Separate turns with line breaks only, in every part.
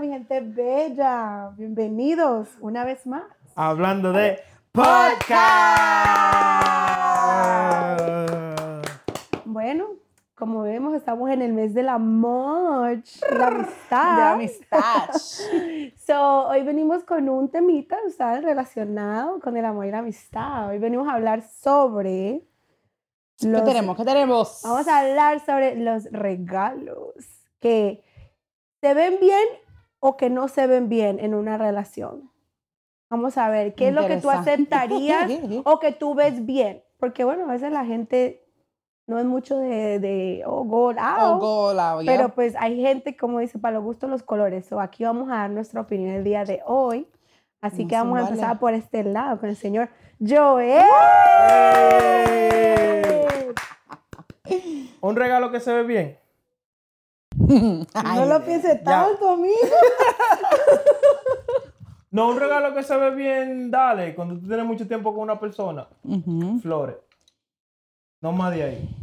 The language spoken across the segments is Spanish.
gente bella, bienvenidos una vez más.
Hablando de podcast.
Bueno, como vemos, estamos en el mes del amor, y la amistad.
De amistad.
So, hoy venimos con un temita, ¿saben? Relacionado con el amor y la amistad. Hoy venimos a hablar sobre...
¿Qué
los-
tenemos? ¿Qué tenemos?
Vamos a hablar sobre los regalos que se ven bien o que no se ven bien en una relación. Vamos a ver, ¿qué es lo que tú
Interesante.
aceptarías Oh,
Ujú.
o que tú ves bien? Porque bueno, a veces la gente no es mucho de, de oh, gol, ah,
Oh,
oh,
gola, oye.
pero pues hay gente, como dice, para los gustos los colores. O aquí vamos a dar nuestra opinión el día de hoy. Así
No
que
se
vamos a
vale.
empezar por este lado con el señor Joel.
Un regalo que se ve bien.
Ay,
no lo pienses tanto, amigo.
No, un regalo que se ve bien, dale. Cuando tú tienes mucho tiempo con una persona,
ujú.
flores. No más de ahí.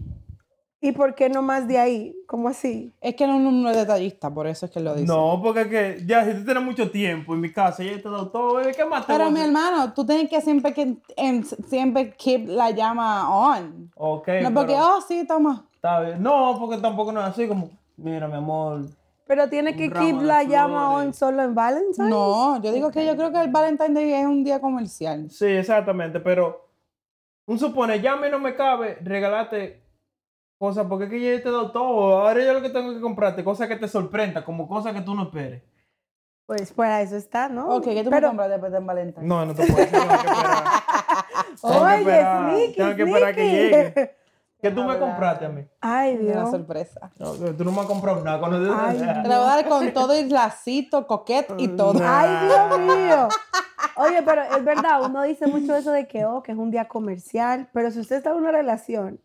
¿Y por qué no más de ahí? ¿Cómo así?
Es que no, no, no es detallista, por eso es que lo dice.
No, porque es que ya si tú tienes mucho tiempo en mi casa, ya te he dado todo, baby, ¿qué más te
Pero
voy a
mi
hacer?
hermano, tú tienes que siempre que em, siempre keep la llama on.
Ok,
no porque,
pero-
oh, sí, toma.
está bien. No, porque tampoco no es así como, mira, mi amor.
Pero tiene que
Un ramo
keep
de
la llama
flores.
on solo en Valentine's.
No, yo digo que yo creo que el Valentine's Day es un día comercial.
Sí, exactamente, pero un supone, ya a mí no me cabe regalarte cosas, porque es que ya yo te he dado todo. Ahora yo lo que tengo que comprarte, cosas que te sorprenda, como cosas que tú no esperes.
Pues para eso está, ¿no?
Ok, ¿qué tú me
Pero-
compras después del Valentine's?
No, no te puedo decir, tengo que esperar. Tengo que
Oye,
esperar,
sneaky,
tengo que esperar que
sneaky.
llegue. ¿Qué tú me
Hablar.
compraste a mí?
Ay,
De la
Dios.
sorpresa.
No, tú no me has comprado nada. Cuando yo-
Ay,
Te la voy a dar con todo y lacito, coquete
Mm.
y todo.
Ay, Dios mío. Oye, pero es verdad, uno dice mucho eso de que, oh, que es un día comercial, pero si usted está en una relación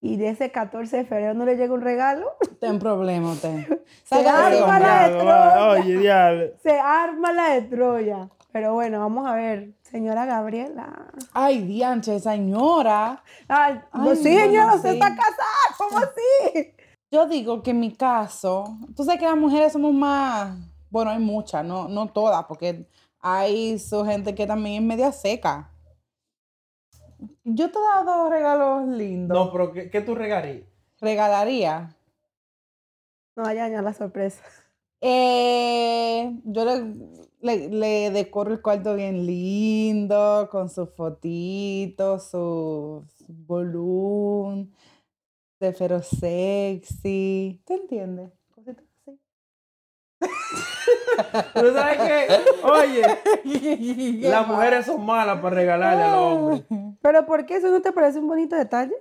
y de ese 14 de febrero no le llega un regalo,
Ten problema, ten.
Se
Saca
arma
de
la
hombre.
de Troya.
Oye, diablo.
se arma la de Troya. Pero bueno, vamos a ver, señora Gabriela.
Ay, dianche, señora.
Ay,
Ay,
pues sí,
no, no
señora, usted
sé.
está casada, ¿cómo así?
Yo digo que en mi caso, tú sabes que las mujeres somos más, bueno, hay muchas, no, no todas, porque hay su gente que también es media seca. Yo te he dado dos regalos lindos.
No, pero ¿qué, qué tú regalé?
Regalaría.
No vaya a dañar la sorpresa.
Eh, yo le, le- le decoro el cuarto bien lindo, con sus fotitos, su su volumen, de fero sexy. ¿Te entiendes? Cositas así.
Tú sabes que, oye, las
Ma-
mujeres son malas para regalarle a los hombres.
Pero ¿por qué eso no te parece un bonito detalle?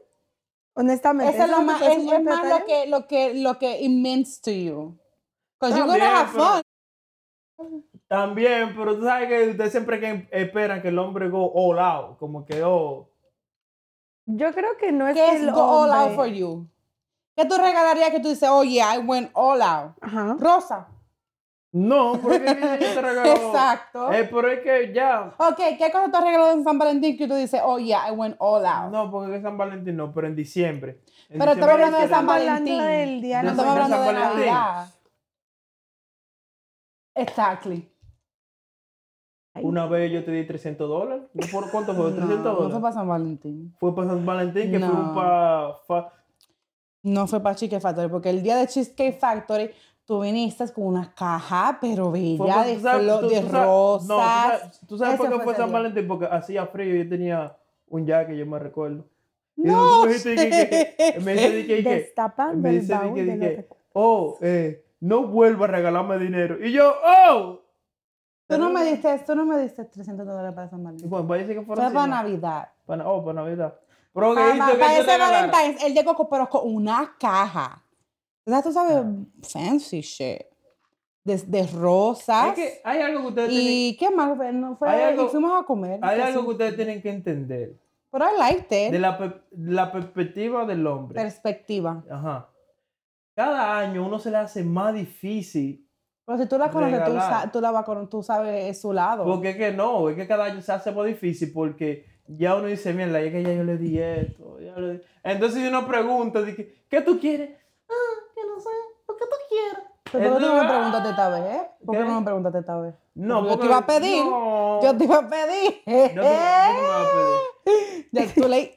Honestamente.
Eso es
¿eso
lo
no te
más, es,
parece un
es
bonito
más lo
detalle?
que, lo que, lo que it means to you. Because
Está
you're gonna
bien,
have
pero-
fun.
También, pero tú sabes que ustedes siempre que esperan que el hombre go all out, como que, oh,
Yo creo que no es
¿Qué
que
es
el
go all out
hombre-
for you? ¿Qué tú regalarías que tú dices, oh yeah, I went all out?
Ajá.
Rosa.
no, porque yo te regalo.
Exacto.
Eh, pero es que ya,
Ok, ¿qué cosa te has regalado en San Valentín que tú dices, oh yeah, I went all out?
no, porque es San Valentín, no, pero en diciembre. En
Pero estamos
diciembre
hablando de
literal-
San
Estamos hablando
Valentín.
del día de
No
Yo soy
estamos
de
hablando
San
de
Valentín.
Navidad. Exactly.
Una vez yo te di 300 dólares. ¿No por cuánto fue? 300
No, no
dólares.
fue para San Valentín.
fue para San Valentín, que
No.
fueron para.
No fue para Cheesecake Factory, porque el día de Cheesecake Factory tú viniste con una caja, pero bella, de, flo- de rosas.
No, tú sabes, tú sabes por
Ese
qué fue
ese
San
día.
Valentín, porque hacía frío y yo tenía un jaque, yo me recuerdo. Y
No,
tú me dijiste, y que- que- que- me dice, di que- di que-
Destapando
me
el
dice, di
baúl
que-
de
di
los
que,
recuerdos.
oh, eh, no vuelva a regalarme dinero. Y yo, oh.
Tú no me diste, tú no me diste 300 dólares para San Valentín.
Bueno, parece que fueron.
Fue
así,
para
¿no?
Navidad.
Para- oh, para Navidad. Pero que
Para,
hizo que te
ese
regalara.
Valentín, él llegó con, pero con una caja. O sea, tú sabes,
Ah.
fancy shit. De, de rosas.
Es que hay algo que ustedes tienen-
¿Y qué más? Fue- No, fue,
Hay algo-
y fuimos a comer.
hay algo
así.
que ustedes tienen que entender.
Pero I liked it.
De la, per- la perspectiva del hombre.
Perspectiva.
Ajá. Cada año uno se le hace más difícil.
Pero si tú la conoces, tú,
Regalar.
sa- tú la vas con, tú sabes su lado.
Porque es que no, es que cada año se hace más difícil porque ya uno dice, mierda, es que ya yo le di esto. ya le di-". Entonces uno pregunta, de que, ¿qué tú quieres? Ah, que no sé, lo que tú quieres.
¿Por qué no me preguntaste esta vez, eh? ¿Por qué no me preguntaste esta vez?
No,
Yo te iba a pedir.
No.
Yo te iba a pedir.
No, tú- tú no me vas a pedir.
Ya tú leí.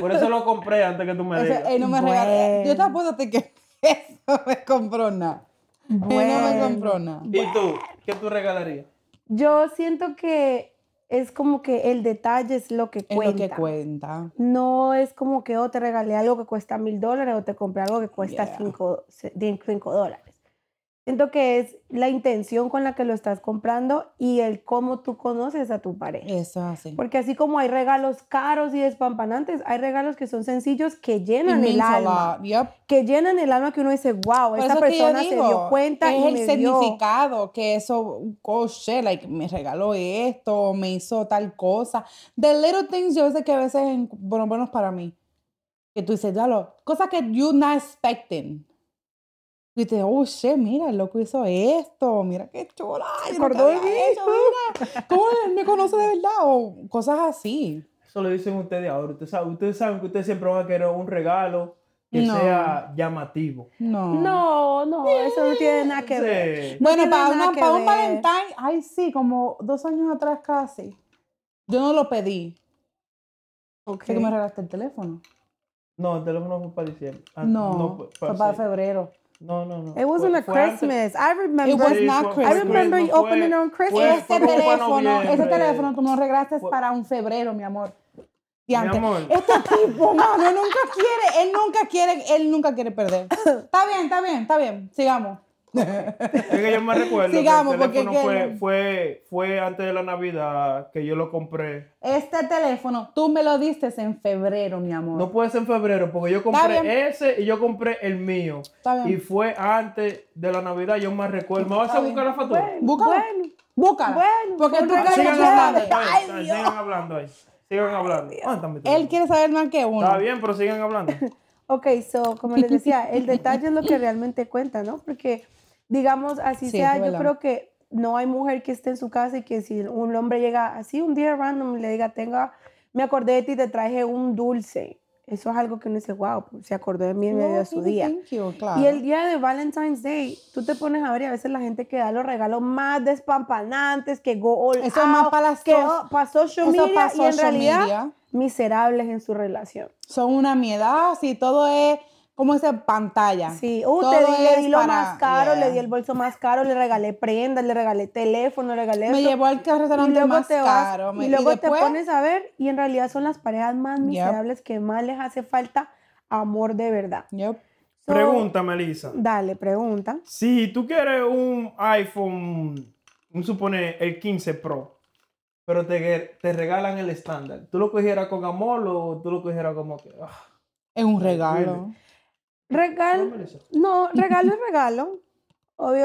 Por eso lo compré antes que tú me
Ese-
digas.
él no me regaló. Yo te
Bueno.
apuesto a ti que eso me compró nada. Él no me
Bueno.
compró nada.
¿Y tú? ¿Qué tú regalarías?
Yo siento que es como que el detalle es lo que
Es
cuenta.
lo que cuenta.
No es como que oh, te regalé algo que cuesta mil dólares o te compré algo que cuesta
Yeah.
cinco, se- de cinco dólares. Siento que es la intención con la que lo estás comprando y el cómo tú conoces a tu pareja.
Eso es así.
Porque así como hay regalos caros y despampanantes, hay regalos que son sencillos que
It
llenan el
means a
alma.
lot. Yep.
Que llenan el alma que uno dice, wow,
Por
esta
eso es que yo
persona se
digo,
dio cuenta
es
y
el
me dio".
significado que eso, oh shit, like, me regaló esto, o me hizo tal cosa. The little things yo sé que a veces, en- bueno, buenos para mí, que tú dices, "Diablo", cosas que you not expecting. Y dices, oh shit, mira, el loco hizo esto, mira qué chula, yo nunca
acordó de
había
mí.
hecho, mira, cómo él me conoce de verdad, o cosas así.
Eso lo dicen ustedes ahora. Ustedes saben, ustedes saben que ustedes siempre van a querer un regalo que
No.
sea llamativo.
No.
No, no, eso no tiene nada que ver.
Sí.
No
Bueno,
tiene
para,
nada
una-
que
para un
ver.
Valentine, ay sí, como dos años atrás casi. Yo no lo pedí. Sé que me regalaste el teléfono.
No, el teléfono fue para diciembre. Ah,
no,
fue-
fue
fue
para
así.
febrero.
No, no, no.
It wasn't
Fue-
a
fue antes-
Christmas. I remember.
It was not
fue-
Christmas.
I remember you
fue-
opened it on Christmas.
fue-
Ese
fue como para
Este teléfono, ese
noviembre.
teléfono tú me lo regalaste
Fue-
para un febrero, mi amor. Y
Mi
antes,
amor.
Este tipo, mano, él nunca quiere, él nunca quiere, él nunca quiere perder. Está bien, está bien, está bien. Sigamos.
Es que yo me recuerdo. que
Sigamos,
el
porque
teléfono
que-
fue, fue, fue antes de la Navidad que yo lo compré.
Este teléfono, tú me lo diste en febrero, mi amor.
No puede ser en febrero, porque yo
Está bien.
compré ese y yo compré el mío.
Está bien.
Y fue antes de la Navidad, yo me recuerdo. ¿Me vas a
Está bien.
buscar la factura? Ah,
Búscalo.
Bueno.
Búscala.
Bueno,
porque
fue
tú
un regalo
quieres
Sigan
Ay,
saber.
Dios.
hablando, pues, sigan hablando ahí. Sigan hablando. Cuéntame,
Él quiere saber más que uno.
Está bien, pero sigan hablando.
Ok, so, como les decía, el detalle es lo que realmente cuenta, ¿no? Porque, digamos, así
Sí,
sea,
es
yo
verdad.
creo que no hay mujer que esté en su casa y que si un hombre llega así un día random y le diga, tenga, me acordé de ti, te traje un dulce. Eso es algo que uno dice, wow, se acordó de mí en medio de su
No,
día.
thank you, claro.
Y el día de Valentine's Day, tú te pones a ver y a veces la gente que da los regalos más despampanantes, que go all
Eso es
out,
más para las
que
sos-
oh, pa' social
eso
media
pa'
y en
social
realidad
media.
miserables en su relación.
son una miedad, si todo es como esa pantalla.
Sí, uh, te
Todo
di, le
es
di lo
para-
más caro,
yeah.
le di el bolso más caro, le regalé prendas, le regalé teléfono, le regalé
Me
esto.
llevó al ca-
y
restaurante
luego
más
te vas-
caro. me-
y luego
después,
te pones a ver y en realidad son las parejas más
Yep.
miserables que más les hace falta amor de verdad.
Yep.
So,
Pregunta, Melissa.
Dale, pregunta.
Si tú quieres un iPhone, un supone el 15 Pro, pero te, te regalan el estándar, ¿tú lo cogieras con amor o tú lo cogieras como que... ah,
Es un regalo.
no,
Regal,
Melissa?
No, regalo es regalo.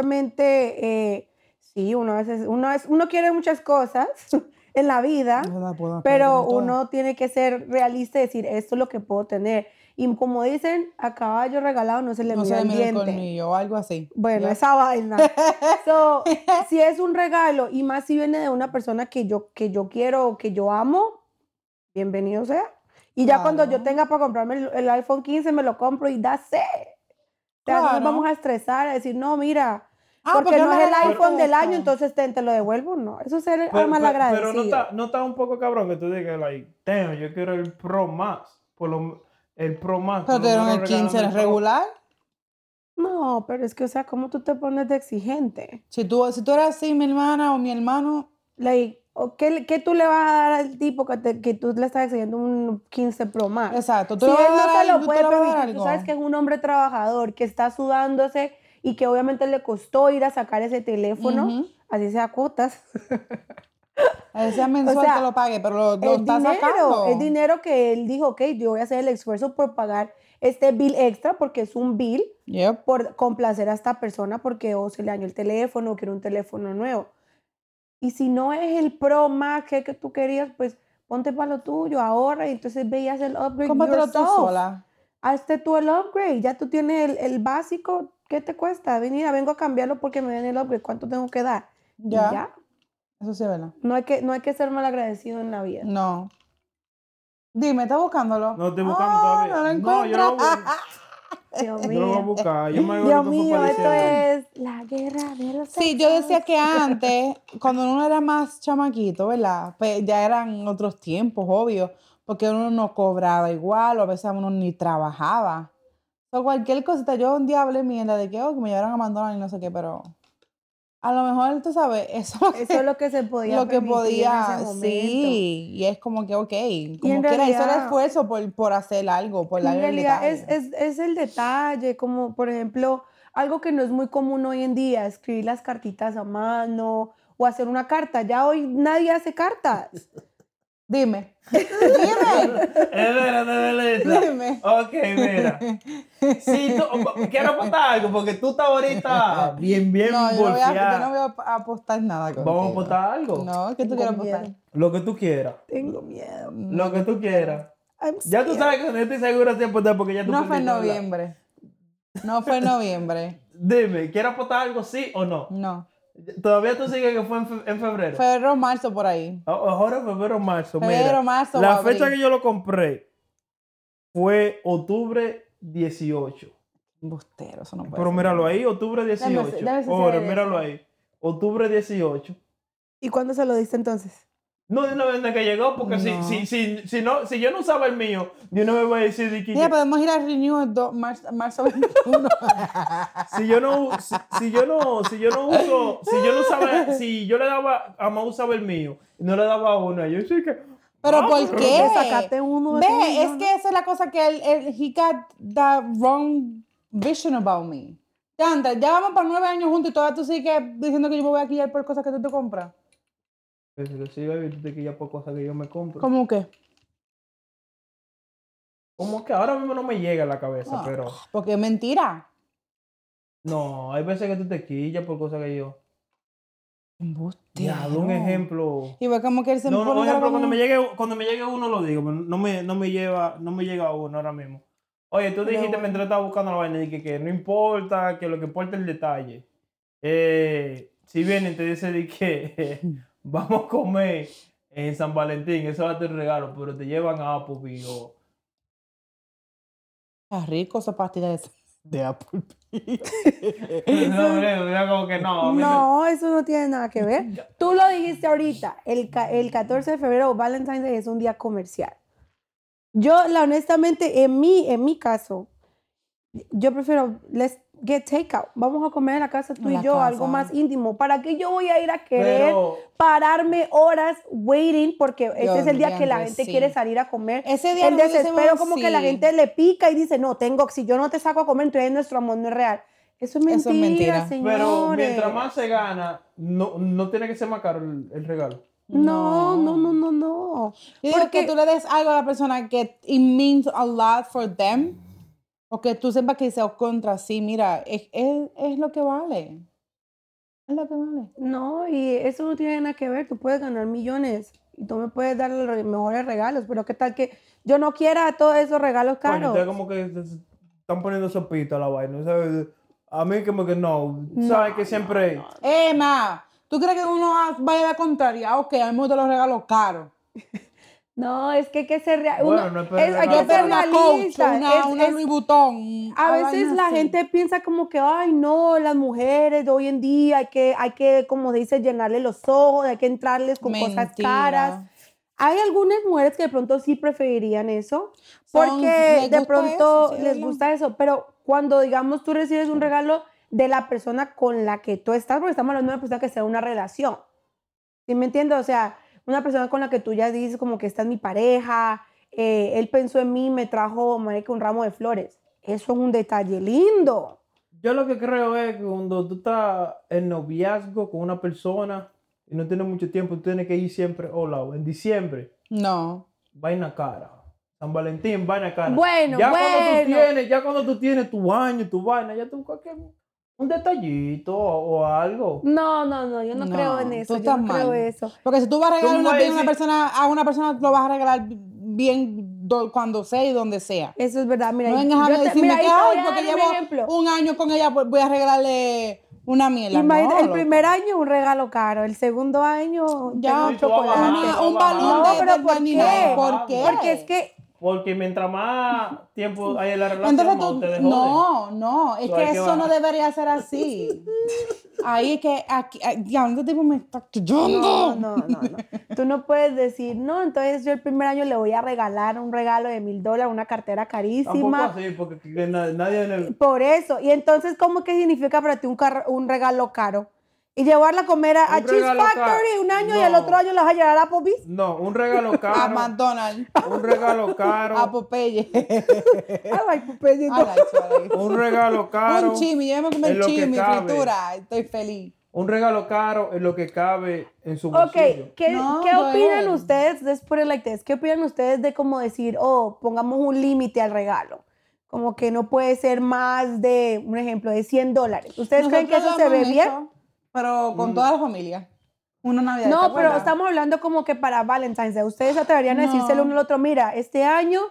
Obviamente, eh, sí, uno a veces, uno, es, uno quiere muchas cosas en la vida,
No la puedo
¿Ah? pero
perder toda.
uno tiene que ser realista y decir, esto es lo que puedo tener. Y como dicen, a caballo regalado no se le
no
mide
se le
el
mide el
diente.
colmillo o algo así.
Bueno,
Yep.
esa vaina. So, si es un regalo y más si viene de una persona que yo, que yo quiero o que yo amo, bienvenido sea. Y ya cuando yo
Claro.
tenga para comprarme el, el iPhone 15, me lo compro y da sé. O sea, no
Claro.
nos vamos a estresar a decir, no, mira,
Ah,
porque,
porque
no
me
es el
regalaste
iPhone del
esto.
año, entonces te, te lo devuelvo. No, eso es ser
Pero,
mal
pero- pero
agradecido.
no, está, no está un poco cabrón que tú digas, like, damn, yo quiero el Pro Max. Por lo- el Pro Max.
Pero
por
te
lo
dieron
menos
el 15
regálame
el
el Pro.
regular.
No, pero es que, o sea, ¿cómo tú te pones de exigente?
Si tú, si tú eras así, mi hermana o mi hermano,
Like, ¿o ¿qué, le- qué tú le vas a dar al tipo que, te- que tú le estás exigiendo un 15 Pro Max?
exacto. Tú
si
le vas
él
a
no
dar
se
algo,
lo
tú
puede
le vas a dar
permitir, tú
algo.
sabes que es un hombre trabajador que está sudándose y que obviamente le costó ir a sacar ese teléfono,
Ujú.
así sea cuotas.
A ese mensual
sea,
te lo pague, pero lo, lo
el
está
dinero,
sacando.
el dinero que él dijo, ok, yo voy a hacer el esfuerzo por pagar este bill extra porque es un bill
Yep.
por complacer a esta persona porque o se le dañó el teléfono o quiere un teléfono nuevo. Y si no es el Pro Max que, que tú querías, pues ponte para lo tuyo, ahorra y entonces veías el upgrade
Cómpratelo tú
yourself.
sola.
hazte tú el upgrade, ya tú tienes el, el básico, ¿qué te cuesta? Ven, mira, vengo a cambiarlo porque me den el upgrade, ¿cuánto tengo que dar? Y
Ya. Eso sí es verdad.
No hay que, no hay que ser mal agradecido en la vida.
No. Dime, ¿estás buscándolo?
No, estoy buscando
Ah,
todavía.
No lo
No, yo
encuentro.
lo voy-
Dios
Yo lo voy a
mío.
buscar. Yo me
Dios mío, esto
es.
es la guerra de los
Sí, yo decía que antes, cuando uno era más chamaquito, ¿verdad? Pues ya eran otros tiempos, obvio, porque uno no cobraba igual, o a veces uno ni trabajaba. O cualquier cosita, yo un día hablé mierda de que, oh, que me llevaron a abandonar y no sé qué, pero a lo mejor, tú sabes, eso es lo que,
Eso es lo que se podía.
ah, lo que
permitir en
podía,
ese momento.
sí, y es como que, ok, como quiera, hizo el
realidad-
esfuerzo por, por hacer algo, por darle
En
el
realidad es,
detalle.
es- es el detalle, como por ejemplo, algo que no es muy común hoy en día, escribir las cartitas a mano o hacer una carta. Ya hoy nadie hace cartas.
Dime, dime,
Es verdad, es verdad.
dime.
Ok, mira. Si tú, quiero apostar algo porque tú estás ahorita bien, bien
No, yo no, voy a, yo
volteada.
no voy a ap- apostar nada contigo.
Vamos a apostar algo.
No, ¿qué tú quieres
Con
apostar?
miedo.
Lo que tú quieras.
Tengo miedo.
Lo que tú quieras.
Mm. I'm
Ya tú
scared.
sabes que no estoy segura si apostar porque ya tú
No fue en
perdiste, ¿verdad?
noviembre. No fue en noviembre.
Dime, ¿quiero apostar algo sí o no?
No.
Todavía tú sigues que fue en, fe- en febrero.
Febrero marzo por ahí.
A- Ahora febrero marzo. mira.
Febrero, marzo.
La
o abril.
fecha que yo lo compré fue octubre 18.
Embustero, eso no puede
Pero
ser.
míralo ahí, octubre
ser-
18.
debe ser
Ahora,
ese.
míralo ahí. Octubre 18.
¿Y cuándo se lo diste entonces?
No, de una vez de que llegó, porque si,
No.
si, si, si, no, si yo no usaba el mío, yo no me voy a decir de que-
Mira, podemos ir al renew el do- marzo, marzo 21.
si yo no si, si yo no si yo no uso si yo no usaba si yo le daba a Mau usaba el mío y no le daba a uno yo sé que
¿Pero
Ah,
por qué?
Te sacaste uno.
Ve,
así, no,
es
no.
que esa es la cosa que él, él- he got the wrong vision about me. Tanta, ya vamos por nueve años juntos y todavía tú sigues diciendo que yo me voy a quillar por cosas que tú te compras.
pero si lo sigo de que ya por cosas que yo me compro
¿Cómo que?
como que ahora mismo no me llega a la cabeza
Ah.
pero
Porque es mentira.
no hay veces que tú te quillas por cosas que yo ya
Embustero.
un ejemplo
Y ve como que él se
no, no,
pone
un ejemplo
bravo
cuando
con-
me llegue cuando me llegue uno lo digo pero no me no me lleva no me llega uno ahora mismo oye tú dijiste
bueno.
mientras estaba buscando la vaina dije que no importa que lo que importa es el detalle Eh, si vienen y te dicen de que vamos a comer en San Valentín, eso va a ser el regalo, pero te llevan a Applebee's o...
Está "Ah, rico esa pastilla de, de Applebee.
No, mira, mira, como que no. a mí no.
No, eso no tiene nada que ver. Tú lo dijiste ahorita, el, ca- el 14 de febrero, Valentine's Day es un día comercial. Yo, la, honestamente, en mi, en mi caso, yo prefiero, let's get takeout. Vamos a comer en la casa tú
En
y
la
yo,
casa.
algo más íntimo. ¿Para qué yo voy a ir a querer
Pero
pararme horas waiting? Porque este es el día que la
Diantre,
gente
sí.
quiere salir a comer.
Ese día
El
nos hubiésemos-
desespero como que la
sí.
gente le pica y dice, no, tengo, si yo no te saco a comer, entonces nuestro amor no es real. Eso es mentira,
Eso es mentira.
señores.
pero mientras más se gana, no, no tiene que ser más caro el, el regalo.
No, no, no, no,
Yo
no.
digo pues,
Porque-
que tú le des algo a la persona que it means a lot for them. O que tú sepas que sea contra sí, mira, es, es, es lo que vale. Es lo que vale.
No, y eso no tiene nada que ver. Tú puedes ganar millones y tú me puedes dar los re- mejores regalos, pero qué tal que yo no quiera todos esos regalos
Coño,
caros.
ustedes como que se- se están poniendo sopita a la vaina, ¿sabes? A mí como que no, sabes que siempre...
Emma, ¿tú crees que uno va- vaya a la contraria? Ok, a mí me gustan los regalos caros.
No, es que hay que ser real.
Bueno,
uno-
no, pero
es- hay
regalo
que
Yo
ser
quiero una Coach,
realista.
una,
Es-
una
es-
Louis Vuitton. una
a veces
vaina
la
así.
gente piensa como que, ay, no, las mujeres de hoy en día hay que, hay que, como dice, llenarle los ojos, hay que entrarles con cosas
Mentira.
caras. Hay algunas mujeres que de pronto sí preferirían eso,
Son-
porque
les
de
gusta
pronto
eso, sí,
les
¿verdad?
gusta eso, pero cuando digamos tú recibes un regalo de la persona con la que tú estás, porque estamos hablando de una persona que sea una relación, ¿sí me entiendes? O sea, una persona con la que tú ya dices como que esta es mi pareja, eh, él pensó en mí, me trajo, marica, un ramo de flores. Eso es un detalle lindo.
Yo lo que creo es que cuando tú estás en noviazgo con una persona y no tienes mucho tiempo, tú tienes que ir siempre, hola, en diciembre,
No.
vaina cara. San Valentín, vaina cara.
Bueno,
ya cuando tú
bueno.
tienes, ya cuando tú tienes tu baño, tu vaina, ya tú cualquier un detallito o, o algo.
No, no, no, yo no, creo en
No,
eso,
tú
yo
estás
no creo
mal.
eso.
Porque si tú vas a regalar
Tú
una,
puedes
bien a una
decir-
persona, a una persona lo vas a regalar bien do- cuando sea y donde sea.
Eso es verdad, mira.
No
yo-
vengas a
yo te-
decirme
mira,
que
ahí te voy
"Ay,
a
porque
dar un
llevo
ejemplo.
un año con ella, pues voy a regalarle una miel.
Imagínate,
No,
el
loco.
primer año un regalo caro, el segundo año
Ya,
tengo
Sí,
un
tú vas
chocolate.
bajando,
una- un
va bajando.
balón
No,
de,
pero
de
¿por
Daniel.
qué?
¿Por qué?
Porque es que
Porque mientras más tiempo hay en la relación,
Entonces
más
tú,
ustedes joden.
no, no, es
Eso hay
que
que
eso no
bajar.
debería ser así. Ahí es que, aquí, ay, diablo, este tipo me está
No,
chillando.
oh, no, no, no. Tú no puedes decir, no, entonces yo el primer año le voy a regalar un regalo de mil dólares, una cartera
Tampoco
carísima.
así, porque que- que na- nadie le...
Por eso. Y entonces, ¿cómo que significa para ti un, carro- un regalo caro? Y llevarla a comer a, a
Un
Cheese
regalo caro.
Factory un año y el
No.
otro año la vas a llevar a Applebee's.
No, un regalo
A
caro.
McDonald's,
un regalo
a
caro.
Popeye,
Ah, ay, pues,
a la
entonces-
chora.
Un regalo caro.
un chimi, yo me comí
en lo que
chimi,
cabe.
fritura, estoy feliz.
Un regalo caro es lo que cabe en su bolsillo.
Ok, ¿qué,
No,
¿qué opinan
bueno.
ustedes? Let's put it like this. ¿Qué opinan ustedes de como decir, oh, pongamos un límite al regalo? Como que no puede ser más de, un ejemplo, de 100 dólares. ¿Ustedes creen que eso
Nosotros
se ve
hagamos
bien?
eso, Pero con
Mm.
toda la familia. Una Navidad. ¿te
No, pero
acuerdas?
estamos hablando como que para Valentine's Day. Ustedes se atreverían a
No.
decirse el uno al otro, mira, este año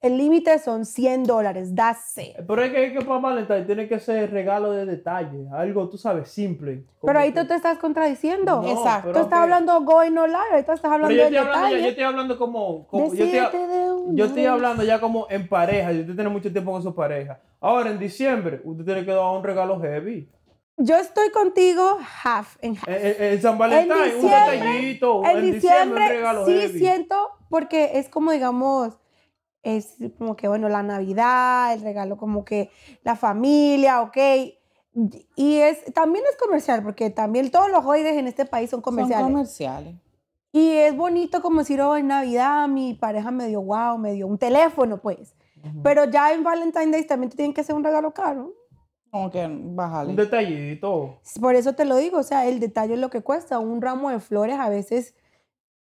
el límite son 100 dólares, that's it.
Pero es que, es que para Valentine tiene que ser regalo de detalle, algo, tú sabes, simple. como
Pero ahí
que-
tú te estás contradiciendo.
No,
Exacto,
Tú
pero
estás
que-
hablando going no lie, ahorita estás
pero
hablando
yo
de
estoy hablando, ya- yo
detalles.
estoy hablando como... como-
De
yo,
siete
estoy,
de uno.
yo estoy hablando ya como en pareja, yo tiene mucho tiempo con su pareja. Ahora, en diciembre, usted tiene que dar un regalo heavy.
Yo estoy contigo half en half.
En, en- en San Valentín, un
diciembre,
detallito.
en diciembre
un regalo
sí
heavy.
siento porque es como digamos es como que bueno la navidad el regalo como que la familia ok y es también es comercial porque también todos los holidays en este país son comerciales
Son comerciales.
y es bonito como decir oh en navidad mi pareja me dio wow me dio un teléfono pues
Ujú.
pero ya en Valentine's Day también te tienen que hacer un regalo caro
Como que bájale.
Un detallito.
Por eso te lo digo, o sea, el detalle es lo que cuesta. Un ramo de flores a veces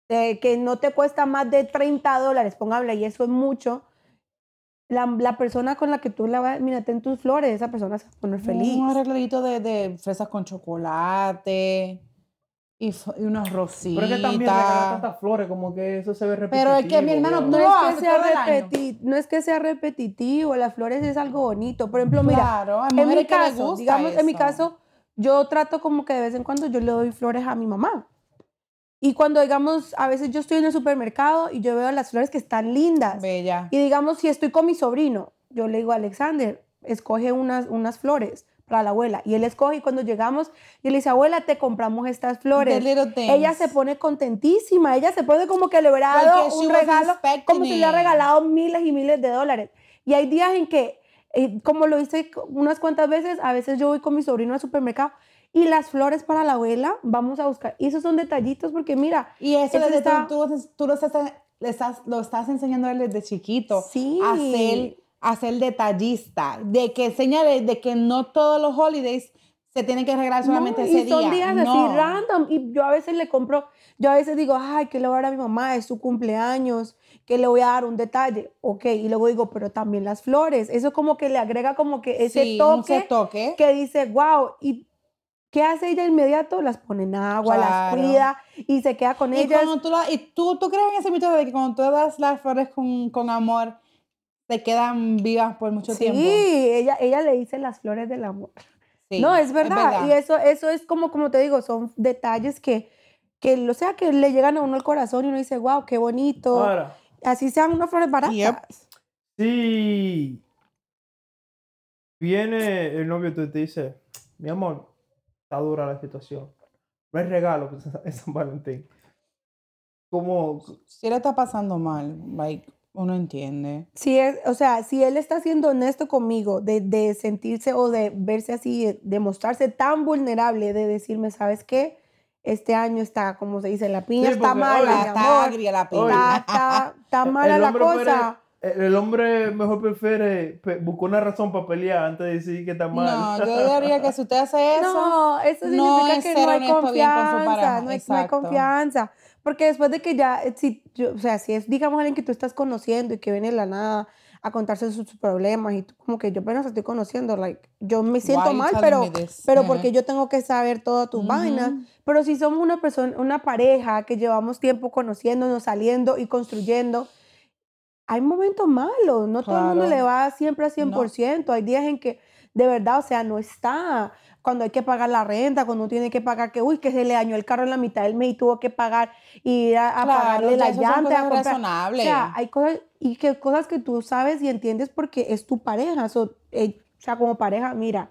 eh, que no te cuesta más de 30 dólares, póngale, y eso es mucho. La, la persona con la que tú la vas, mírate en tus flores, esa persona se va a poner feliz.
Un arregladito de, de fresas con chocolate y, f- y unas rositas.
Pero es que también regala tantas flores, como que eso se ve repetitivo.
Pero es que, mi hermano,
No
¿verdad?
Lo
es,
hace
que sea
todo el año.
repeti- no es que sea repetitivo, las flores es algo bonito. Por ejemplo, mira,
Claro, hay
en
mujeres
mi
que les
caso,
gusta
digamos, en mi
eso.
caso, yo trato como que de vez en cuando yo le doy flores a mi mamá. Y cuando, digamos, a veces yo estoy en el supermercado y yo veo las flores que están lindas.
Bella.
Y digamos, si estoy con mi sobrino, yo le digo a Alexander, escoge unas, unas flores para la abuela. Y él escoge y cuando llegamos, yo le dice, abuela, te compramos estas
The
flores.
little things.
Ella se pone contentísima, ella se pone como que le hubiera
Porque
dado
she
un
was
regalo, como si le hubiera
expecting it.
regalado miles y miles de dólares. Y hay días en que, eh, como lo hice co- unas cuantas veces, a veces yo voy con mi sobrino al supermercado y las flores para la abuela vamos a buscar. Y esos son detallitos porque mira,
Y eso
Eso
desde tú-
está-
tú, tú lo estás, le estás- lo estás enseñando a él desde chiquito.
Sí.
A ser, a ser detallista. De que enseñale de que no todos los holidays se tienen que regalar
No,
solamente
y
ese día.
son días
No.
así random. Y yo a veces le compro, yo a veces digo, ay, ¿qué le voy a dar a mi mamá? Es su cumpleaños, que le voy a dar un detalle. Ok, y luego digo, pero también las flores. Eso como que le agrega como que ese
Sí, un
toque
toque.
que dice, wow, ¿y qué hace ella inmediato? Las pone en agua,
Claro.
las cuida y se queda con
Y,
ellas.
cuando tú, la- y tú, tú crees en ese mito de que cuando tú das las flores con, con amor, te quedan vivas por mucho
Sí,
tiempo.
ella, ella le dice las flores del amor.
Sí,
no, es verdad. Y eso, eso es como, como te digo, son detalles que, que, o sea, que le llegan a uno al corazón y uno dice, wow, qué bonito.
Ahora,
Así sean unas flores baratas.
si viene el novio tuyo y te dice, mi amor, está dura la situación. No hay regalo pues, en San Valentín. Como,
Si le está pasando mal, like, uno entiende.
Si es, o sea, si él está siendo honesto conmigo de, de sentirse o de verse así, de- de mostrarse tan vulnerable, de decirme, ¿sabes qué? Este año está, como se dice, la piña
Sí,
está
porque,
mala,
oye,
mi
La está
amor.
agria la
Oye.
Está,
pila.
está- está mala la
e, hombre
cosa.
prefiere- el hombre mejor prefiere pe- buscar una razón para pelear antes de decir que está
No,
mal.
yo diría que si usted hace eso,
No, eso significa
no es
que
ser
no hay
honesto bien con su
confianza,
pareja,
no, hay, no hay
exacto.
confianza. Porque después de que ya, eh, si, yo- o sea, si es, digamos, alguien que tú estás conociendo y que viene de la nada a contarse sus problemas y tú como que yo apenas te estoy conociendo, like, yo me siento
you
mal,
telling
pero,
me this?
pero
Ajá.
porque yo tengo que saber todas tus vainas.
Ujú.
Pero si somos una persona, una pareja que llevamos tiempo conociéndonos, saliendo y construyendo, hay momentos malos, no todo el mundo
Claro.
le va siempre a
No.
100%, hay días en que de verdad, o sea, no está. Cuando hay que pagar la renta, cuando uno tiene que pagar que, uy, que se le dañó el carro en la mitad del mes y tuvo que pagar, y ir a, a
Claro,
pagarle
ya
la
eso son
llanta. a
cosas
comprar-
razonables.
O sea, hay cosas, y que cosas que tú sabes y entiendes porque es tu pareja. so, eh, o sea, como pareja, mira,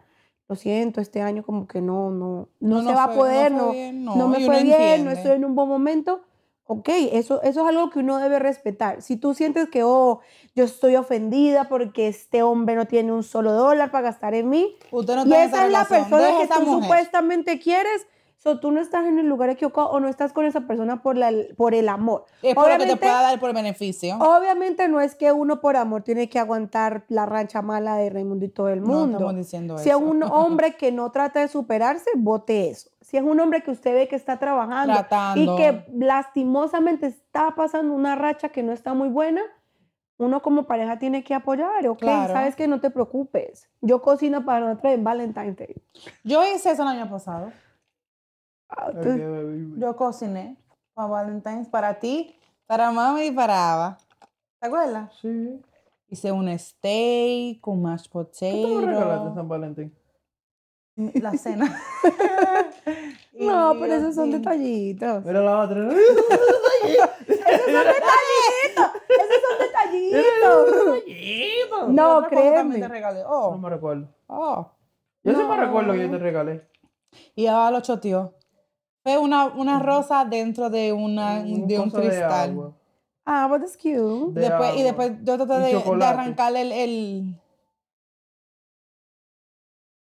lo siento, este año como que no, no, no, se
nos
va a
fue-
poder,
nos
no,
fue bien,
no,
no,
me
y
fue
uno
bien, no
entiende.
estoy en un buen momento. Ok, eso, eso es algo que uno debe respetar. Si tú sientes que, oh, yo estoy ofendida porque este hombre no tiene un solo dólar para gastar en mí,
Usted no
y
está en
esa es la
relación,
persona
deja
que
esa
tú
mujer.
supuestamente quieres, so, tú no estás en el lugar equivocado o no estás con esa persona por, la, por el amor.
Es por lo que te
Obviamente-
pueda dar por beneficio.
Obviamente no es que uno por amor tiene que aguantar la rancha mala de Raimundo y todo el
No
mundo.
estamos diciendo
si es
eso.
un hombre que no trata de superarse, vote eso. Si es un hombre que usted ve que está trabajando
Tratando.
y que lastimosamente está pasando una racha que no está muy buena, uno como pareja tiene que apoyar, ¿ok?
Claro.
Sabes que no te preocupes. Yo cocino para otra en Valentine's Day.
Yo hice eso el año pasado.
Ah,
Ay,
tú-
qué horrible.
Yo cociné para Valentine's, para ti, para mami y para Ava. ¿Te acuerdas?
Sí.
Hice un steak con mashed
¿Qué tú me regalaste en
potatoes.
San Valentín?
La cena.
No,
Y
pero esos son
así.
detallitos.
Mira la otra.
Esos son detallitos.
¿Qué
No,
otra cosa también
créeme.
te regalé?
No
Oh,
me recuerdo.
oh.
Yo sí
No.
me recuerdo que yo te regalé.
Y Ava lo choteó. Fue una,
Mm.
una rosa dentro de, una,
Un
de un
coso de
cristal.
agua.
Ah, but that's cute.
de
Después-
agua.
y después yo traté
Y
de, de
chocolate.
arrancarle el, el-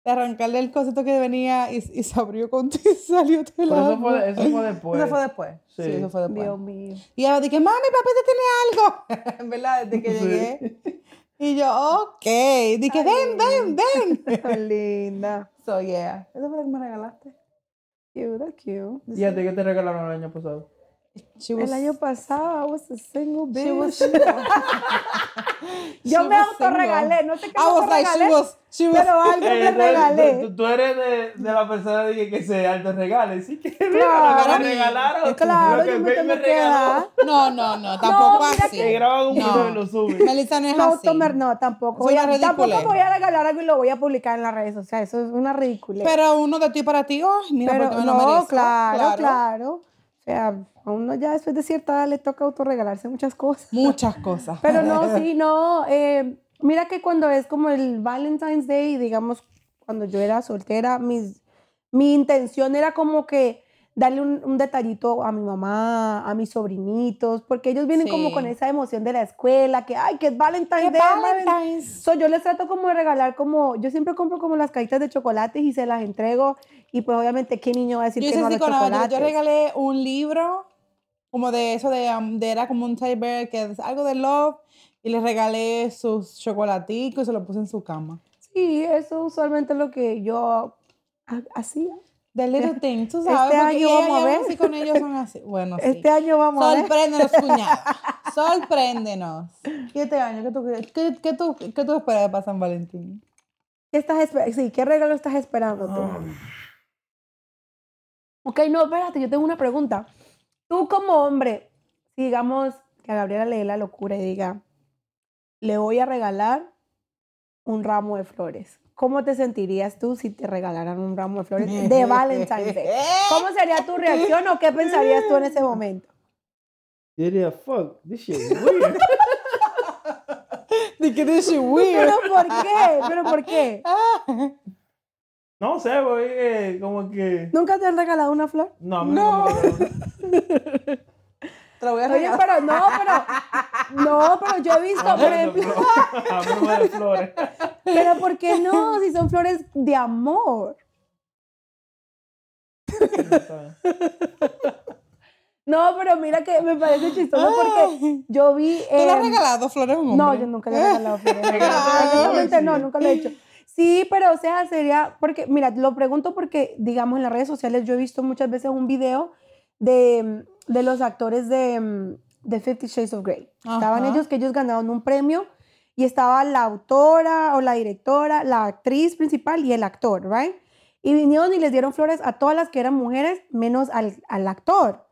de arrancarle el cosito que venía y, y se abrió con y salió de
Pero
la
eso fue, eso fue después.
Eso fue después. Sí,
Sí.
eso fue después.
Dios mío.
Y ella dije, mami, papá, te tiene algo. En verdad, desde que
Sí.
llegué. Y yo, ok. Dije, ven, ven, ven.
Tan linda.
So, yeah. Eso fue lo que me regalaste.
Cute, that's cute.
¿Y a ti qué te regalaron el año pasado?
She was-
El año pasado I was a single bitch.
she was single.
Yo
she was
me
single.
autorregalé, no sé qué
I was like, she
autorregalé,
was, she was.
pero algo me
Eh, tú eres-
regalé.
Tú, tú eres de, de la persona de que, que se alto regale, sí que
Claro.
me regalaron.
Claro,
lo que
yo me
Faye
tengo
me
que
regaló.
dar.
No, no, no, tampoco
mira
así.
Que graban un video
No.
y lo suben.
Melissa no es
No,
así.
Tomer, no, tampoco.
Es
Voy
una
a, tampoco
ridiculez.
voy a regalar algo y lo voy a publicar en las redes sociales. Eso es una ridícula.
Pero uno de ti para ti, oh, mira,
Pero-
porque me lo
no,
merezco.
claro, claro, O sea, a uno ya después de cierta edad le toca autorregalarse muchas cosas.
Muchas cosas.
Pero no, sí, no. eh, mira que cuando es como el Valentine's Day, digamos, cuando yo era soltera, mis, mi intención era como que darle un, un detallito a mi mamá, a mis sobrinitos, porque ellos vienen como
Sí.
con esa emoción de la escuela, que, ay, que es Valentine's
Que
Day. es Valentine's Day".
Valentine's.
So, yo les trato como de regalar como, yo siempre compro como las cajitas de chocolates y se las entrego y pues obviamente qué niño va a decir
Yo
que
hice
no a
así
los
con la- yo-
chocolates.
yo regalé un libro, como de eso, de, um, de- era como un tiebreaker, que es algo de love, y les regalé sus chocolaticos y se los puse en su cama.
Sí, eso usualmente es lo que yo ha- hacía.
The little things, tú
Este
sabes, porque
año
ella
vamos a
y algo
ver.
así con ellos son así. Bueno, Oh, sí.
Este año vamos a ver.
Sorpréndenos, cuñada. Sorpréndenos. ¿Qué este año? ¿Qué tú, qué- qué, qué tú, qué tú esperas para San Valentín?
¿Qué estás esper- Sí, ¿qué regalo estás esperando tú?
Oh.
Um,
Ok, no, espérate, yo tengo una pregunta. Tú como hombre, si digamos que a Gabriela le dé la locura y diga, le voy a regalar un ramo de flores. ¿Cómo te sentirías tú si te regalaran un ramo de flores de Valentine's Day?
¿Eh?
¿Cómo sería tu reacción o qué pensarías tú en ese momento?
Diría, fuck, this shit is weird.
¿De qué te weird?
¿Pero por qué? ¿Pero por qué?
no sé, güey, eh, como que.
¿Nunca te han regalado una flor?
No, a mí no. me regaló.
Te lo voy a
Oye,
regalar.
pero no, pero... Ah, No, pero yo he visto,
A mí
por
no me
ejemplo...
regaló. A mí no me regaló flores.
Pero ¿por qué no? Si son flores de amor. No, pero mira que me parece chistoso porque yo vi...
¿Tú le has
em,
regalado flores a un hombre?
no, yo nunca le he regalado flores.
Ah,
Honestamente, no,
sí.
nunca lo he hecho. Sí, pero o sea, sería... Porque, mira, lo pregunto porque, digamos, en las redes sociales yo he visto muchas veces un video de, em, de los actores de, em, de Fifty Shades of Grey. Estaban
Ajá.
ellos que ellos ganaron un premio y estaba la autora o la directora, la actriz principal y el actor, ¿right? Y vinieron y les dieron flores a todas las que eran mujeres, menos al, al actor.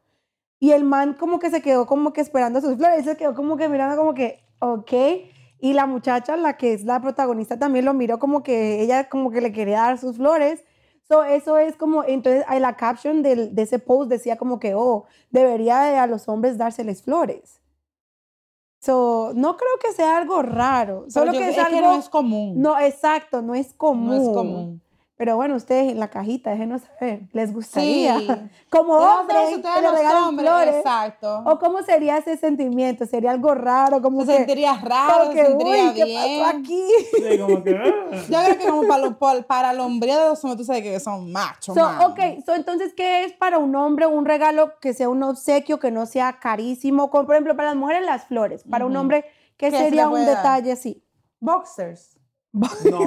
Y el man como que se quedó como que esperando sus flores, él se quedó como que mirando como que, ok. Y la muchacha, la que es la protagonista, también lo miró como que ella como que le quería dar sus flores. So, eso es como, entonces ahí la caption del, de ese post decía como que, oh, debería de a los hombres dárseles flores. So, no creo que sea algo raro, solo
Pues yo-
que es,
es
algo...
que no es común.
no, exacto, no es común.
no es común.
Pero bueno, ustedes en la cajita, déjenos saber, ¿les
Sí.
gustaría? Como
Vamos a ver
hombres,
si ustedes
que le
los
regalen
hombres,
flores.
Exacto.
¿O cómo sería ese sentimiento? ¿Sería algo raro? Como
Se
que,
sentiría raro,
como
se
que,
sentiría
uy, ¿qué
bien.
pasó aquí?
Sí, como que, ah.
Yo creo que como para, los pol- para los hombreados, tú sabes que son machos.
So,
mano.
ok, so, entonces, ¿qué es para un hombre un regalo que sea un obsequio, que no sea carísimo? Como, por ejemplo, para las mujeres, las flores. Para un
Ujú.
hombre,
¿Qué
¿qué,
se
sería
le
un
puede dar?
detalle así?
Boxers.
No,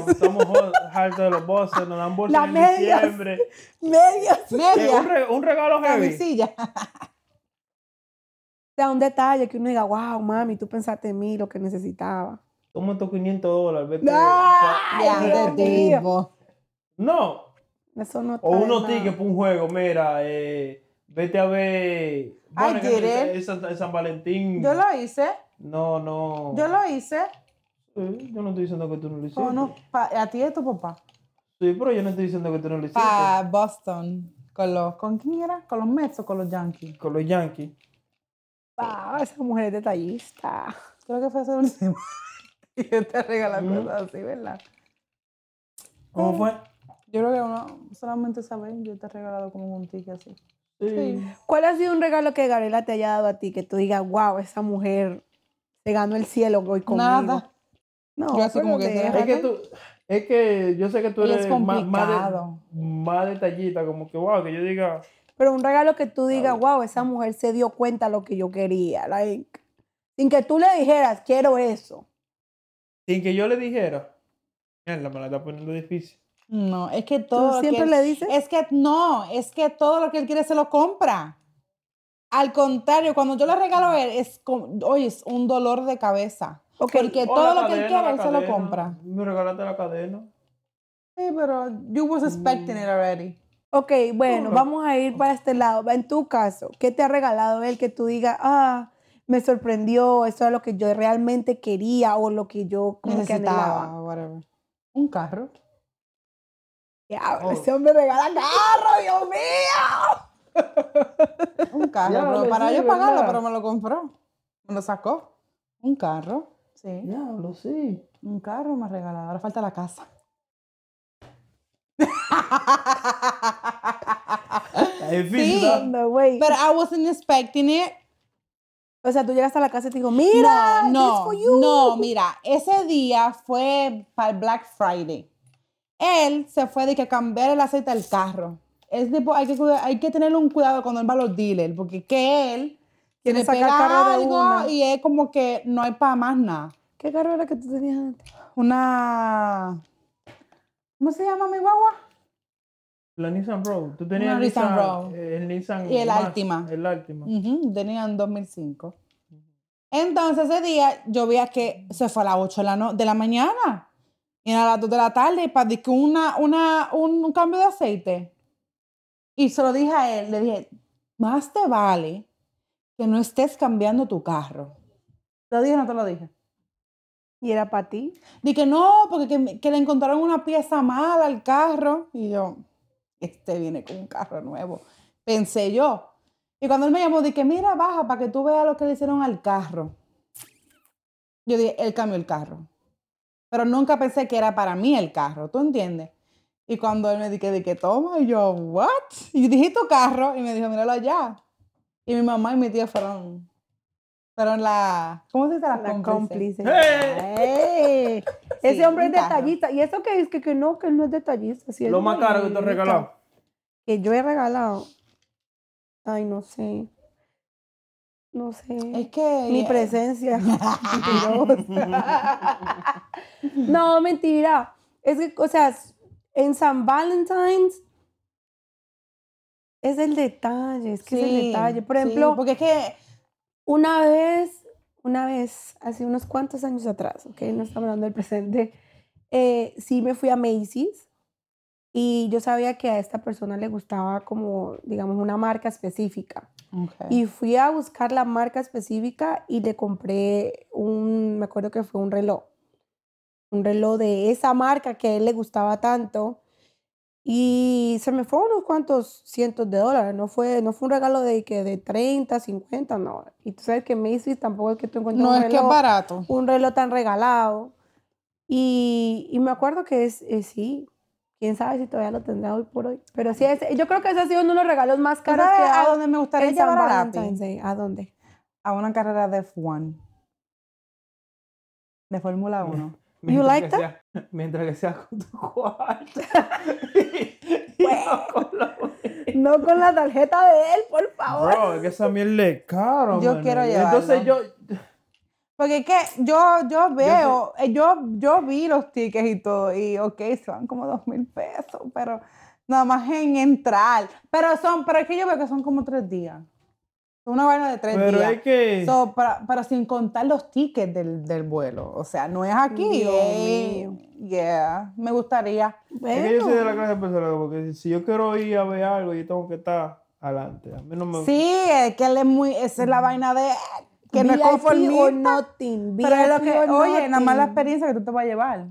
estamos jo- hartos de los bosses, nos dan bolsas
Las
en
medias.
diciembre.
Medias.
Que Un,
Media.
re- un regalo heavy.
Camisilla.
O sea, un detalle que uno diga, wow, mami, tú pensaste en mí, lo que necesitaba.
Toma estos 500 dólares. vete.
Ay,
Ya,
Dios
de
mío.
tipo.
No,
Eso no
O
está de
unos
nada.
tickets para un juego, mira, eh, vete a ver.
Ay,
Bueno, que
Jerel.
es San, es San Valentín.
Yo lo hice.
No, no.
Yo lo Oh, hice.
Eh, yo no estoy diciendo que tú no lo hiciste.
con unos pa- a ti y a tu papá.
Sí, pero yo no estoy diciendo que tú no lo hiciste.
Para Boston. Con, los, ¿Con quién era? ¿Con los Mets o con los Yankees?
Con los Yankees.
Wow, esa mujer es detallista.
Creo que fue ese último. y yo te regalé
Mm.
cosas así, ¿verdad?
¿Cómo fue?
Yo creo que uno solamente saben, yo te he regalado como un ticket así.
Sí.
¿Cuál ha sido un regalo que Gabriela te haya dado a ti que tú digas, wow, esa mujer se ganó el cielo hoy conmigo?
Nada.
No,
Yo así
pero
como que
deja.
Es que tú, es que yo sé que tú
Y
eres
es
más, más, de-
complicado.
más detallita, como que wow, que yo diga,
Pero un regalo que tú digas, wow, esa mujer se dio cuenta lo que yo quería. like, sin que tú le dijeras, quiero eso.
sin que yo le dijera. Mierda, me la está poniendo difícil.
No, es que
¿Tú
todo. lo que
siempre
él-
le dices?
Es que no, es que todo lo que él quiere se lo compra. Al contrario, cuando yo le regalo a él, es como, oye, es un dolor de cabeza.
Ok,
Porque
Oh,
todo
la
lo que él
cadena,
quiere,
la
él se lo
cadena.
compra.
Me regalaste la cadena.
Sí, pero you was expecting it already.
ok, bueno,
No.
vamos a ir para este lado. En tu caso, ¿qué te ha regalado él que tú digas, ah, me sorprendió, eso era lo que yo realmente quería o lo que yo como que anhelaba?
Necesitaba, whatever. Un carro.
Diablo,
Oh.
ese hombre regala carro, Dios mío.
Un carro,
Ya,
pero
lo
para
sí,
yo pagarlo,
¿verdad?
pero me lo compró. Me lo sacó. Un carro, sí.
Diablo, sí.
Un carro me ha regalado. Ahora falta la casa.
Está difícil,
Sí.
¿verdad?
No, güey.
But I wasn't expecting it.
O sea, tú llegas a la casa y te digo, mira,
no,
this for you.
no, mira, ese día fue para el Black Friday. Él se fue de que a cambiar el aceite del carro. Es tipo, hay que, cuida- hay que tener un cuidado cuando él va a los dealers, porque que él se
Quiere
le
sacar
pega
carro de una.
algo y es como que no hay para más nada.
¿Qué carro era que tú tenías antes?
Una, ¿cómo se llama mi guagua?
La Nissan Rogue. Tú tenías
Una
el
Nissan
Nissan,
Rogue.
eh, El Nissan
Y el
Max,
Altima.
El Altima.
Ujú, tenía en 2005. Entonces ese día yo veía que se fue a las 8 de la, no- de la mañana y era a las 2 de la tarde para que una, una, un, un cambio de aceite. Y se lo dije a él, le dije, más te vale que no estés cambiando tu carro. ¿Te ¿Lo dije o no te lo dije?
Y era para ti.
Dije, no, porque que, me- que le encontraron una pieza mala al carro. Y yo, este viene con un carro nuevo. Pensé yo. Y cuando él me llamó, dije, mira, baja para que tú veas lo que le hicieron al carro. Yo dije, él cambió el carro. Pero nunca pensé que era para mí el carro, ¿tú entiendes? Y cuando él me dije, dije, toma, y yo, ¿what? Y dije, tu carro. Y me dijo, míralo allá. Y mi mamá y mi tía fueron, fueron la, ¿cómo se dice? La,
La
cómplice.
cómplice.
¡Eh!
¡Ey!
Ese
Sí,
hombre es
un carro.
detallista. Y eso que dice que, que no, que él no es detallista. sí es
Lo más caro que te he
bonito.
regalado.
Que yo he regalado. Ay, no sé. No sé.
Es que. eh,
Mi presencia. Mentirosa. no, mentira. Es que, o sea, en San Valentine's es el detalle, es que es el
Sí,
detalle. Por
sí,
ejemplo,
porque es que.
una vez, una vez, hace unos cuantos años atrás, ok, no estamos hablando del presente, eh, sí me fui a Macy's Y yo sabía que a esta persona le gustaba como, digamos, una marca específica.
Ok.
Y fui a buscar la marca específica y le compré un, me acuerdo que fue un reloj, un reloj de esa marca que a él le gustaba tanto. Y se me fue unos cuantos cientos de dólares, no fue, no fue un regalo de, que de 30, 50, no. Y tú sabes que Macy's tampoco es que tú encuentres
no
un
es que es
reloj-
barato.
un reloj tan regalado. Y, y me acuerdo que es, eh, sí, quién sabe si todavía lo tendrá hoy por hoy. Pero sí, es, yo creo que ese ha sido uno de los regalos más
¿Tú
caros que
sabes
ha
a
dado
dónde me gustaría
en San
llevar a
Valentine's
Lapi?
Day. ¿A dónde?
A una carrera de F1. De Fórmula 1.
You like
que
that?
sea- mientras que sea con tu cuarto. Y- y no con la-
No con la tarjeta de él, por favor.
Bro, es que esa mierda es caro,
Yo
man.
quiero
Entonces yo,
llevarlo. Porque es que yo, yo veo, eh, yo, yo vi los tickets y todo, y ok, se van como dos mil pesos, pero nada más en entrar. Pero son, pero es que yo veo que son como tres días. Una vaina de tres
pero
días.
es que...
So, para- pero sin contar los tickets del, del vuelo. O sea, no es aquí.
Dios
eh, Yeah. Me gustaría.
Es que yo soy de la
Bueno,
clase de personas, porque si yo quiero ir a ver algo, yo tengo que estar adelante. A mí no me
Sí, es que él es muy. Esa es
Mm.
la vaina de. Que no es
VIP o
conformista.
nothing,
pero es lo
VIP
que.
o
Oye, nada más la
nothing.
experiencia que tú te vas a llevar.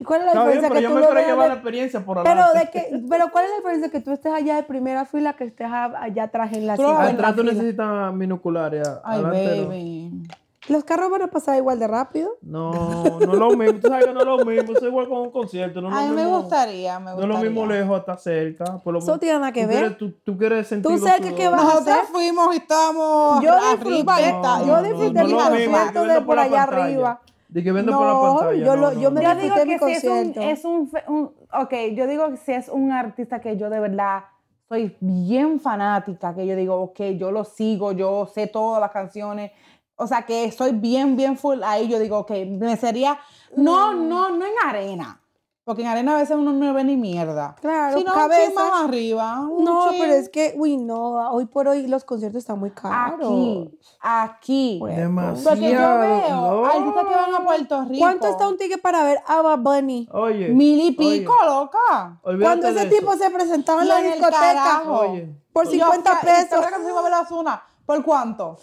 ¿Y ¿Cuál es la
Está bien,
diferencia
pero
que
yo
tú
me
lo
quiero
veas
llevar
de-
la experiencia por adelante.
pero, de que, pero ¿cuál es la diferencia que tú estés allá de primera fila que estés a- allá atrás en la
Tú lo
silla?
vas a ver-
Atrás tú
la fila.
necesitas binoculares. a-
Ay,
adelante no.
baby.
Los carros van a pasar igual de rápido.
No, no es lo mismo. Tú sabes que no es lo mismo. Es igual con un concierto. No es lo
A mí me
mismo-
gustaría, me
No es
gustaría.
lo mismo lejos hasta cerca. Por lo
Eso
menos-
tiene nada que
tú
ver.
Quieres, tú, tú quieres sentir. los
cerca que
sudores.
vas-
Nosotras
hacer?
fuimos y estábamos
Yo
arriba,
disfruté,
está-
yo
no,
disfruté
no
mi
lo mismo, que
concierto de
vendo
por
la
allá
pantalla.
arriba.
De que vendo por la
No,
pantalla.
yo
no,
lo-
no,
yo me
no.
la
Yo
disfruté
digo
mi
que si es un,
concierto.
es un, fe- un- ok, yo digo que si es un artista que yo de verdad soy bien fanática, que yo digo, ok, yo lo sigo, yo sé todas las canciones, o sea, que soy bien, bien full, ahí yo digo, ok, me sería, no,
Mm.
no, no en arena, porque en arena a veces uno no ve ni mierda.
Claro,
Si no,
cabeza.
sí,
más arriba. un
No, pero
chin.
es que, uy, no, hoy por hoy los conciertos están muy caros.
Aquí, aquí.
Bueno.
Demasiado.
Porque yo veo
no.
artistas que van a Puerto Rico.
¿Cuánto está un ticket para ver a Bad Bunny?
Oye.
Mil y
oye,
pico, loca.
olvídate
Cuando ese
de eso.
tipo se presentaba en la
Y en el
discoteca
carajo.
Oye.
por
Yo
50
fa- y
pesos.
sabrá que se iba a ver la Ozuna. ¿Por cuánto?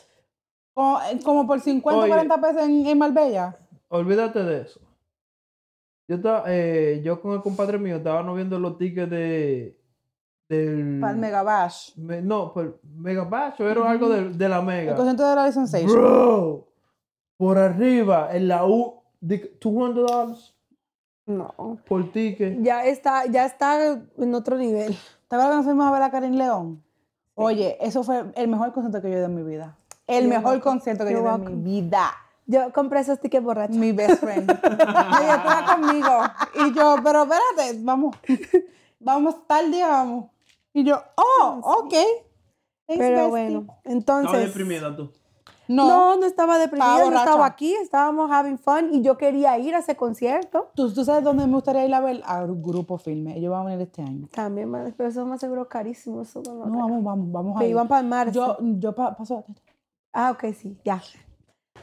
Como, eh, como por 50,
Oye.
40 pesos en, en Marbella.
Olvídate de eso. Yo, estaba, eh, yo con el compadre mío estábamos viendo los tickets de.
Mm.
Del.
Para el Megabash.
Me- no, por Mega Bash o era algo de, de la
El
Mega.
concierto de la Sensation.
Bro, por arriba, en la U, de- $200
No,
por ticket.
ya está, ya está en otro nivel.
¿Te acuerdas que nos fuimos a ver a Karim León? Oye, eso fue el mejor concierto que yo he ido en mi vida. El
You're
mejor
welcome.
concierto que yo he
You're
ido en mi vida.
Yo compré esos tickets borrachos.
Mi best friend. Ella estaba conmigo. Y yo, pero espérate, vamos. Vamos tal día, vamos. Y yo, oh, ok. Thanks,
Pero
bestie.
bueno, entonces.
tú.
No,
No, no estaba deprimida,
Estaba
yo estaba
borracha.
aquí, estábamos having fun y yo quería ir a ese concierto.
¿Tú, tú sabes dónde me gustaría ir a ver? A un grupo firme. Ellos van a venir este año.
También, man, pero eso más seguro carísimo. Eso, no,
No, vamos, vamos, vamos a
Me
ir.
iban para el mar.
Yo, yo pa- paso.
Ah, ok, sí, ya.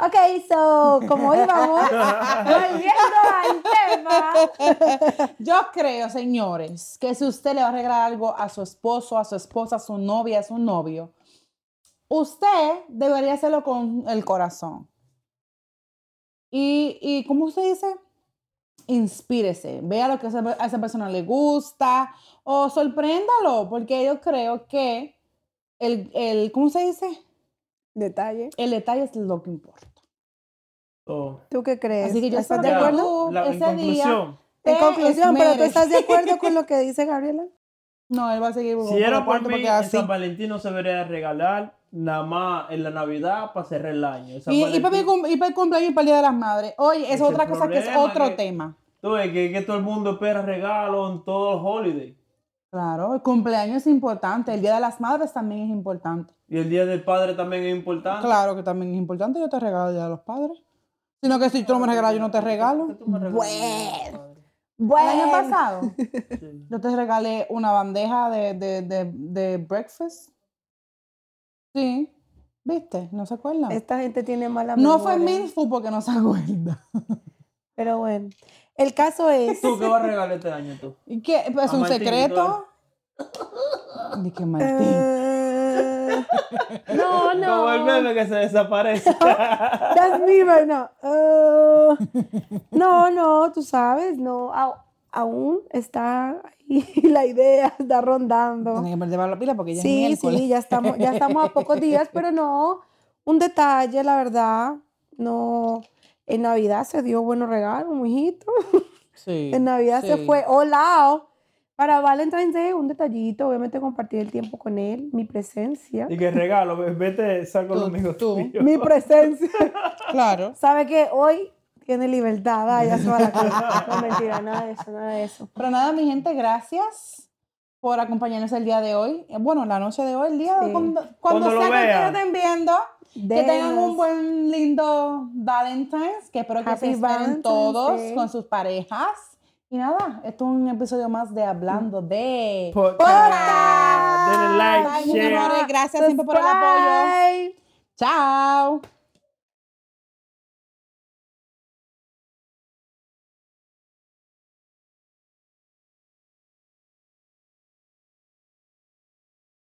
Ok, so, como íbamos, volviendo al tema.
Yo creo, señores, que si usted le va a regalar algo a su esposo, a su esposa, a su novia, a su novio, usted debería hacerlo con el corazón. Y, y ¿cómo usted dice? Inspírese, vea lo que esa pe- a esa persona le gusta o sorpréndalo, porque yo creo que el, el ¿cómo se dice?
Detalle.
El detalle es lo que importa.
Oh.
¿Tú qué crees?
Así que yo
¿Estás
espero
de
que
acuerdo?
tú ese día
En
te
conclusión, pero ¿tú
esmeres.
estás de acuerdo con lo que dice Gabriela?
No, él va a seguir
Si era
la
por
puerta
mí,
Oh, porque
en
así.
San Valentín no se debería regalar nada más en la Navidad para cerrar el año. En San
Y, y, para mi
Valentín-
cum- y para el cumpleaños y para el Día de las Madres. Oye, esa
Ese
es otra cosa que es
problema
otro
que-
tema.
Tú ves que, que todo el mundo espera regalos en todos los holidays.
Claro, el cumpleaños es importante. El Día de las Madres también es importante.
Y el Día del Padre también es importante.
Claro que también es importante. Yo te regalo el Día de los Padres. Sino que si tú no me regalas, yo no te regalo.
Tú me regalas el Día del Padre.
El
Bueno,
año pasado,
Sí.
yo te regalé una bandeja de, de, de, de breakfast. Sí. ¿Viste? No se acuerdan.
Esta gente tiene mala
No fue
memoria.
mindful porque no se acuerda.
Pero bueno. El caso es.
¿Tú qué vas a regalar este año tú?
¿Y qué? ¿Es
A
un
Martín y
secreto?
todo.
Dije que Martín.
eh, no,
Como el
no.
meme que se desaparece.
That's me right now. Eh, no, no, tú sabes, no. au- aún está ahí la idea, está rondando.
Tienes que perder la pila porque ya es
Sí,
miércoles.
sí, ya estamos, ya estamos a pocos días, pero no, un detalle, la verdad, no. En Navidad se dio buenos regalos, mijito.
Sí,
En Navidad se
sí.
fue olao. Para Valentine's Day, un detallito, obviamente compartir el tiempo con él, mi presencia.
y que regalo, ve- vete, sal con
Tú-
los amigos
tú.
tuyos.
Mi presencia.
Claro.
¿Sabe que Hoy tiene libertad, vaya, sola la cosa. No, mentira, nada de eso, nada de eso.
Pero nada, mi gente, gracias por acompañarnos el día de hoy. Eh, Bueno, la noche de hoy, el día
Sí.
cuando, cuando,
Cuando lo
sea que ustedes
vean.
estén viendo. Que tengan
Denos.
un buen lindo Valentine's, que espero que
Happy
se esperen
Valentine's
todos
Day.
con sus parejas. Y nada, esto es un episodio más de Hablando de...
Podcast. Denle like,
Bye, mis
share.
amores. Gracias siempre por el apoyo.
Subscribe.
Chao.